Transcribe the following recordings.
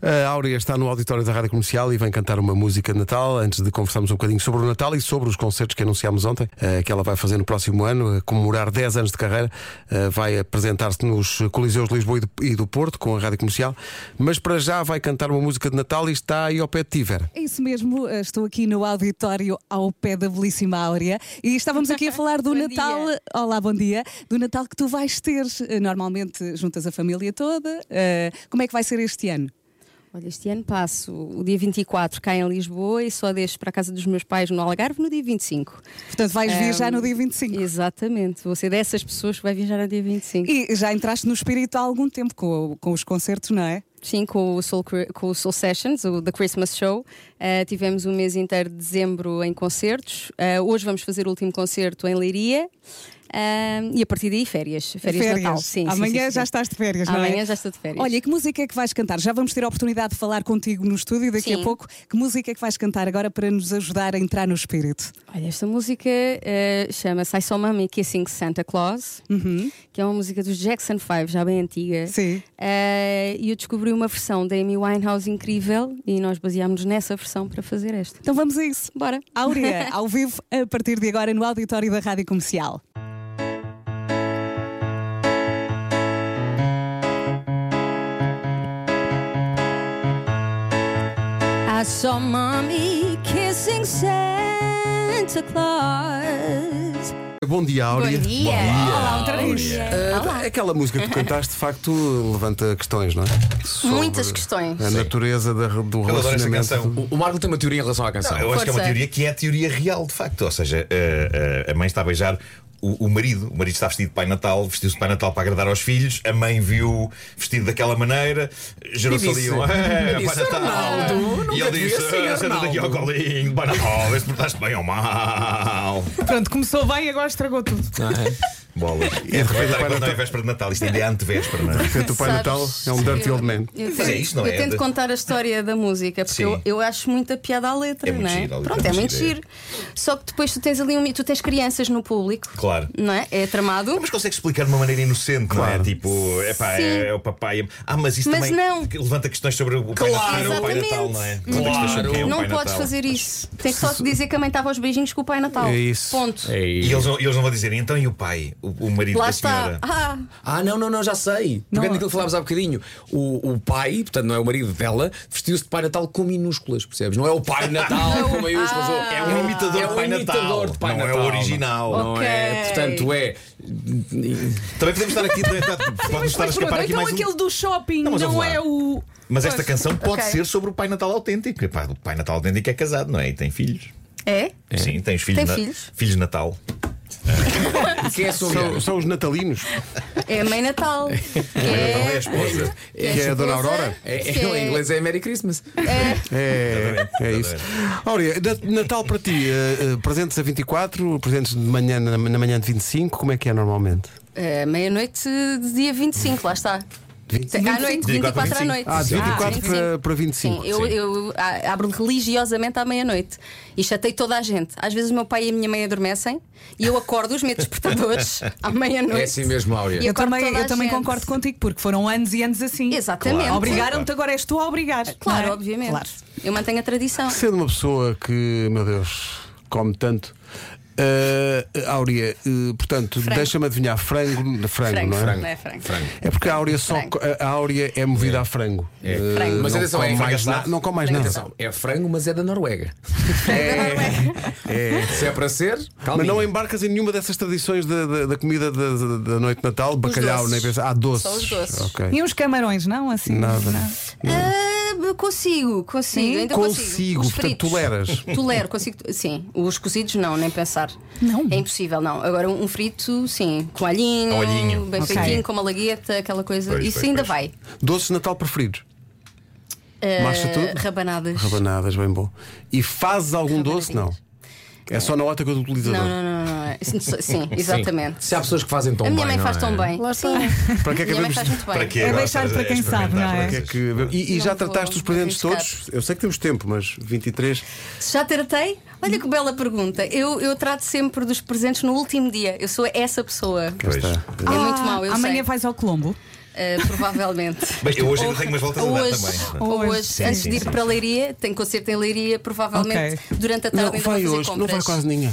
A Áurea está no auditório da Rádio Comercial e vem cantar uma música de Natal antes de conversarmos um bocadinho sobre o Natal e sobre os concertos que anunciámos ontem, eh, que ela vai fazer no próximo ano, a comemorar 10 anos de carreira. Eh, Vai apresentar-se nos Coliseus de Lisboa e do- e do Porto com a Rádio Comercial, mas para já vai cantar uma música de Natal e está aí ao pé de Tiver. É isso mesmo, eh, estou aqui no auditório ao pé da belíssima Áurea e estávamos aqui a falar do Bom Natal. dia. Olá, bom dia. Do Natal que tu vais ter. Eh, Normalmente juntas a família toda. Eh, Como é que vai ser este ano? Olha, este ano passo o dia 24 cá em Lisboa e só deixo para a casa dos meus pais no Algarve no dia 25. Portanto, vais viajar no Ahm, dia 25. Exatamente, vou ser dessas pessoas que vai viajar no dia 25. E já entraste no espírito há algum tempo com, o- com os concertos, não é? Sim, com o, Soul, Cri- com o Soul Sessions, o The Christmas Show. Eh, tivemos um mês inteiro de dezembro em concertos. Eh, hoje vamos fazer o último concerto em Leiria. Eh, e a partir daí, férias. Férias, de Natal. Sim, sim, Amanhã sim, sim. já estás de férias, não é? Amanhã já estou de férias. Olha, que música é que vais cantar? Já vamos ter a oportunidade de falar contigo no estúdio daqui a Sim. pouco. Que música é que vais cantar agora para nos ajudar a entrar no espírito? Olha, esta música eh, chama-se I Saw Mommy Kissing Assim Santa Claus, Hum. que é uma música dos Jackson 5, já bem antiga. Uhum. Sim. Eh, e eu descobri uma versão da Amy Winehouse incrível e nós baseámos-nos nessa versão para fazer esta. Então vamos a isso. Bora! Áurea, ao vivo, a partir de agora no auditório da Rádio Comercial. I saw mommy kissing Santa Claus. Bom dia, Áurea. Bom dia. Olá, outra vez. Eh, aquela música que tu cantaste, de facto, levanta questões, não é? Sobre Muitas questões. A Sim. natureza da- do Eu adoro esta relacionamento. canção. O, o Marco tem uma teoria em relação à canção. Não, eu acho que é uma Força. teoria que é a teoria real, de facto. Ou seja, eh, a, a- a mãe está a beijar. O, o marido, o marido está vestido de Pai Natal, vestiu-se de Pai Natal para agradar aos filhos, a mãe viu vestido daquela maneira, gerou-se ali um. "Ah, E Pai disse, Natal! "Arnaldo, e nunca ele devia disse: ser, "Ah, senta-te aqui ao Arnaldo." colinho, de Pai Natal, vê se portaste bem ou mal. Pronto, começou bem, agora estragou tudo. Bolas. E é de repente, agora não é véspera de Natal, isto ainda é antevéspera, não é? Portanto, o Pai Sabes, Natal é um dirty eu- old man. Eu Mas tento, é isto, não eu é? tento De- contar a história da música, porque Sim. eu, eu acho muita piada à letra, É muito não é? giro, a letra Pronto, é é muito muito gira. giro. Só que depois tu tens ali um. Tu tens crianças no público. Claro. Não é? É tramado. Mas consegue explicar de uma maneira inocente, não Claro. é? Tipo, epá, Sim. é, é o papai. Ah, mas isso Mas também não. levanta questões sobre o Pai Claro. Natal, o Pai Natal, não é? Exatamente. Levanta questões sobre quem é o não Pai podes Natal. fazer isso. Tens só que dizer que a mãe estava aos beijinhos com o Pai Natal. É isso. Ponto. É E eles, não- eles não vão dizer, então e o pai, o, o marido Lá da está. senhora? Ah, Ah, não, não, não, já sei. Pegando naquilo que falámos há bocadinho, o, o pai, portanto não é o marido dela, vestiu-se de Pai Natal com minúsculas, percebes? Não é o Pai Natal com maiúsculas. ou- É um imitador é de um Pai Natal. imitador de Pai não Natal. é o original. Não é, Ok. portanto é. Também podemos estar aqui, podemos estar a escapar aqui então mais um- aquele do shopping Não, não, mas vamos é lá. o. Mas esta canção pode Ok. ser sobre o Pai Natal autêntico. Epá, o Pai Natal autêntico é casado, não é? E tem filhos. é? Sim, tem os filhos. Tem na- filhos? Filhos de Natal. Quem é a sua mulher? São, são os natalinos, É a mãe Natal. É. Natal é a É. esposa. que é a Dona esposa, Aurora. É, é, que é- Em inglês é Merry Christmas. É, é isso. Áurea, na- Natal para ti, eh, eh, presentes a 24, presentes de manhã na, na manhã de 25, como é que é normalmente? É, Meia-noite de dia 25, lá está. Vinte- À noite, 24 à 25. noite. Ah, de 24 25. para, para 25. Sim, eu, eu a- abro religiosamente à meia-noite e chatei toda a gente. Às vezes o meu pai e a minha mãe adormecem e eu acordo os meus despertadores à meia-noite. É assim mesmo, Áurea. E Eu acordo também, toda a eu também gente. concordo contigo, porque foram anos e anos assim. Exatamente. Claro. Obrigaram-te, agora és tu a obrigar. Claro, não é? obviamente. Claro. Eu mantenho a tradição. Sendo uma pessoa que, meu Deus, come tanto. eh, Áurea, eh, portanto, Frango. deixa-me adivinhar, frango, frango, não é? Frango, não é frango. É porque a Áurea, só, Frango. a Áurea é movida a frango. É. Eh, Frango. Mas não atenção, come é mais engraçado. na- não come mais nada. Atenção, é frango, mas é da Noruega. É. Se é para ser, calma. Mas não embarcas em nenhuma dessas tradições da, da- da comida da, da- da noite de Natal, bacalhau, doces. nem pensa. Ah, doces. Só os doces. Ok. E uns camarões, não? Assim. Nada. não. Ah, consigo, consigo, Sim? ainda Consigo, consigo. Os portanto, fritos. toleras. Tolero, consigo. Sim, os cozidos não, nem pensar. Não. É impossível, não. Agora, um frito, sim, com alhinho, Com alhinho. bem Ok. feitinho, com uma lagueta, aquela coisa. Pois, Isso pois, ainda pois. vai. Doces de Natal preferidos? Marcha Ah, tudo? Rabanadas. Rabanadas, bem bom. E fazes algum doce? Não. É só na ótica do utilizador. Não, não, não, não, não. Sim, Sim, exatamente. Se há pessoas que fazem tão A bem. minha mãe não faz é? tão bem. Sim. Para que é que Minha mãe devemos. faz muito bem. Para quê? É Agora deixar estás a para quem sabe, experimentar não para é? que é coisas. que devemos- E, e Não já vou trataste os presentes arriscar. todos? Eu sei que temos tempo, mas 23. Se Já tratei? Olha que bela pergunta. Eu, eu trato sempre dos presentes no último dia. Eu sou essa pessoa. Pois. Está. É muito mau, eu Ah, amanhã sei. vais ao Colombo. Uh, provavelmente. Mas eu hoje ainda tenho umas voltas a Ou dar hoje, também. ou Hoje, hoje, sim, antes sim, de ir sim, para a Leiria, tem concerto em Leiria, provavelmente Ok. durante a tarde Não, ainda vai fazer hoje, não compras. vai quase ninguém.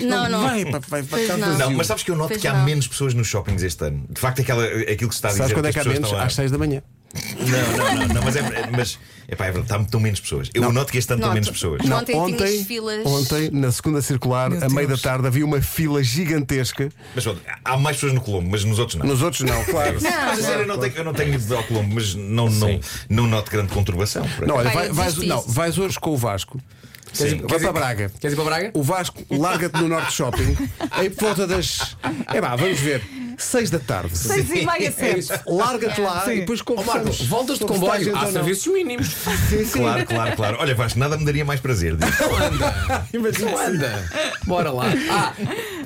Não, não. Vai, pá, vai, vai Pois ficar não. vazio. Não, mas sabes que eu noto Pois que há não. menos pessoas nos shoppings este ano. De facto, aquela, aquilo que se está a dizer. Sabes quando é que há as menos? pessoas Às estão 6 da manhã. lá- Não, não, não, não, mas é. Mas, epá, é verdade, está- estão menos pessoas. Eu noto que este ano estão Noto. menos pessoas. Não. Não, Ontem tínhamos filas. ontem, na segunda circular, Meu a meio da Deus. tarde, havia uma fila gigantesca. Mas pronto, há mais pessoas no Colombo, mas nos outros não. Nos outros, não, claro. Mas, sério, eu, não tenho, eu não tenho ido ao Colombo, mas não, não, não noto grande conturbação. por Não, acaso. olha, Pai, vai- eu vais, desisti. não, vais hoje com o Vasco. Sim. Queres ir- Vai para Braga. Queres ir para Braga? O Vasco larga-te no Norte Shopping aí por volta das. É pá, vamos ver. 6 da tarde. Seis e É É meia sempre. Larga-te lá e depois Ó Marcos, conversamos. voltas de Sobre se está comboio, gente há ou não. serviços mínimos. Sim, sim. Claro, claro, claro. Olha, Vasco, nada me daria mais prazer. digo. Não anda. Bora lá. Ah,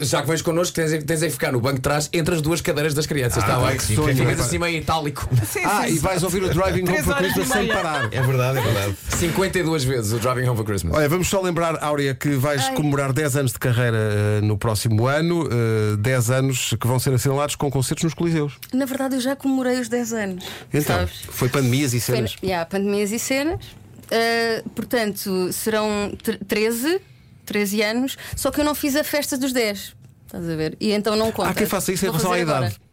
já que vens connosco, tens, em- tens em ficar no banco de trás entre as duas cadeiras das crianças, está Ah, bem? que sonho, Ficas pá. assim meio itálico. Sim, Ah, sim, e vais ouvir o Driving Home Três for horas e Christmas sem meia. parar. É verdade, é verdade. 52 vezes o Driving Home for Christmas. Olha, vamos só lembrar, Áurea, que vais comemorar 10 anos de carreira eh, no próximo ano, eh, 10 anos que vão ser assinalados com concertos nos Coliseus. Na verdade, eu já comemorei os 10 anos. Então, sabes? foi pandemias e Foi, cenas. yeah, pandemias e cenas. Uh, portanto, serão tre- 13, 13 anos, só que eu não fiz a festa dos 10. Estás a ver? E então não conta. Há Ah, quem faça isso em Vou relação fazer à idade. agora.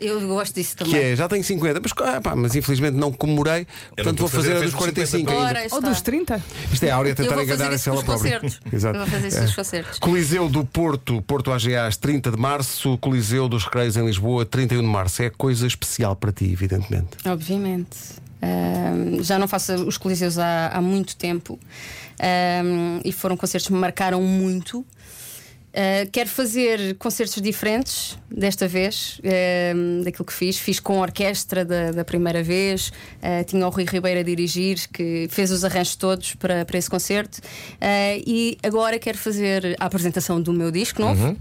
Eu gosto disso também. Que é, já tenho 50, mas, ah, pá, mas infelizmente não comemorei, portanto vou estou a fazer fazer a dos festa dos 45 Ora, ainda. está. Ou dos 30? Isto é a Áurea Eu tentar vou enganar fazer a isso ela nos própria. concertos. Exato. É. Eu vou fazer isso nos concertos. Coliseu do Porto, Porto AGAs, 30 de março, Coliseu dos Recreios em Lisboa, 31 de março. É coisa especial para ti, evidentemente. Obviamente. Ahm, já não faço os Coliseus há, há muito tempo Ahm, e foram concertos que me marcaram muito. Ah, quero fazer concertos diferentes desta vez, ahm, daquilo que fiz. Fiz com a orquestra da, da primeira vez, ah, tinha o Rui Ribeiro a dirigir, que fez os arranjos todos para, para esse concerto. Ah, e agora quero fazer a apresentação do meu disco novo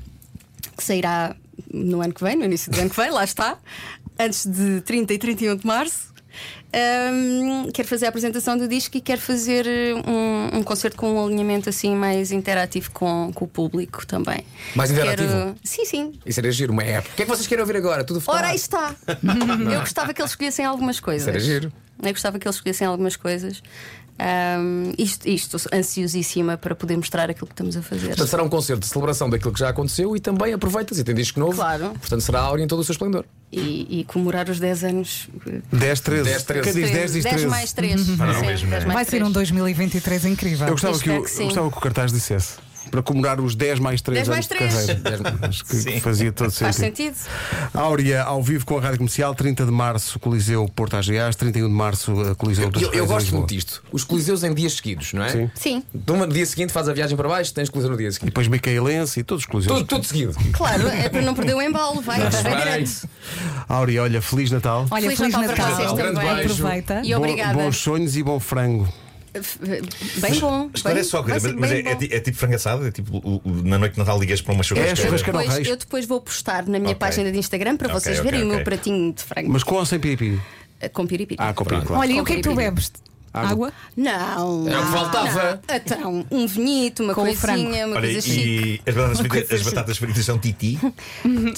que sairá no ano que vem, no início do ano que vem, lá está, antes de 30 e 31 de março. Ahm, quero fazer a apresentação do disco e quero fazer eh, um, um concerto com um alinhamento assim mais interativo com, com o público também. Mais Quero- interativo? Sim, sim. Isso era giro, uma app. O que é que vocês querem ouvir agora? Tudo Ora, falar? aí está. Eu gostava que eles escolhessem algumas coisas. era giro. Eu gostava que eles escolhessem algumas coisas. Ahm, isto, isto, estou ansiosíssima para poder mostrar aquilo que estamos a fazer. Portanto, será um concerto de celebração daquilo que já aconteceu e também aproveitas e tem disco novo. Claro. Portanto, será a Áurea em todo o seu esplendor. E, e comemorar os 10 anos eh, 10, 13. 10, 13. Quem diz 10 diz 13. mais 3. Para não mesmo, não é? Vai ser um 2023 incrível. Eu gostava Eu que, o, espero que sim. eu gostava que o cartaz dissesse. Para comemorar os 10 mais 3 10 anos mais de três. carreira. Acho que fazia todo Faz sentido. sentido. Áurea, ao vivo com a Rádio Comercial, 30 de março, Coliseu Porto AGAs, 31 de março, a Coliseu dos Eu, eu Recreios em gosto Lisboa. muito disto. Os coliseus em dias seguidos, não é? Sim. Sim, Tu, no dia seguinte faz a viagem para baixo, tens coliseu no dia seguinte. Depois Micaelense e todos os Coliseus. Tudo, tudo seguido. claro, é para não perder o embalo, vai. vai Bem, adiante. Áurea, olha, Feliz Natal. Olha, Feliz Feliz Natal para Natal. vocês Um grande também. beijo. Aproveita. E obrigada. Bo- bons sonhos e bom frango. Bem bom. Mas Esclarece bem- só, uma vai coisa, ser mas é, bem é bom. ti- é tipo frangaçada? É tipo, o- o- na noite de Natal ligas para uma churrasqueira? É churrasqueira. Canal Depois, Reis. eu depois vou postar na minha Ok. página de Instagram para Ok, vocês ok, verem o meu ok. pratinho de frango Mas com ou sem pipi? eh, com piripiri. Ah, com pipi, claro. Olha, e o que é que tu bebes? Água? Não. É o que faltava. não. Então, um vinito, uma Com o frango. coisinha, uma Olha, coisa chique. e as batatas, fritas, coisa as batatas fritas são titi?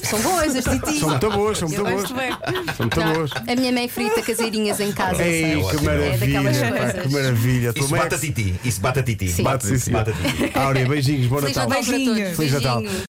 São boas as titi. São muito boas, são muito Eu gosto boas. bem. São muito Não, boas. A minha mãe frita caseirinhas em casa. Ei, é sabes? que ótimo. É maravilha, daquelas pá, que coisas. maravilha. é Tu Isso bata metes- titi. Isso bata titi. Sim. Bate, sim, Bata senhor. titi. Áurea, beijinhos, bom Feliz Natal. Natal para todos. Feliz Natal. Beijinho.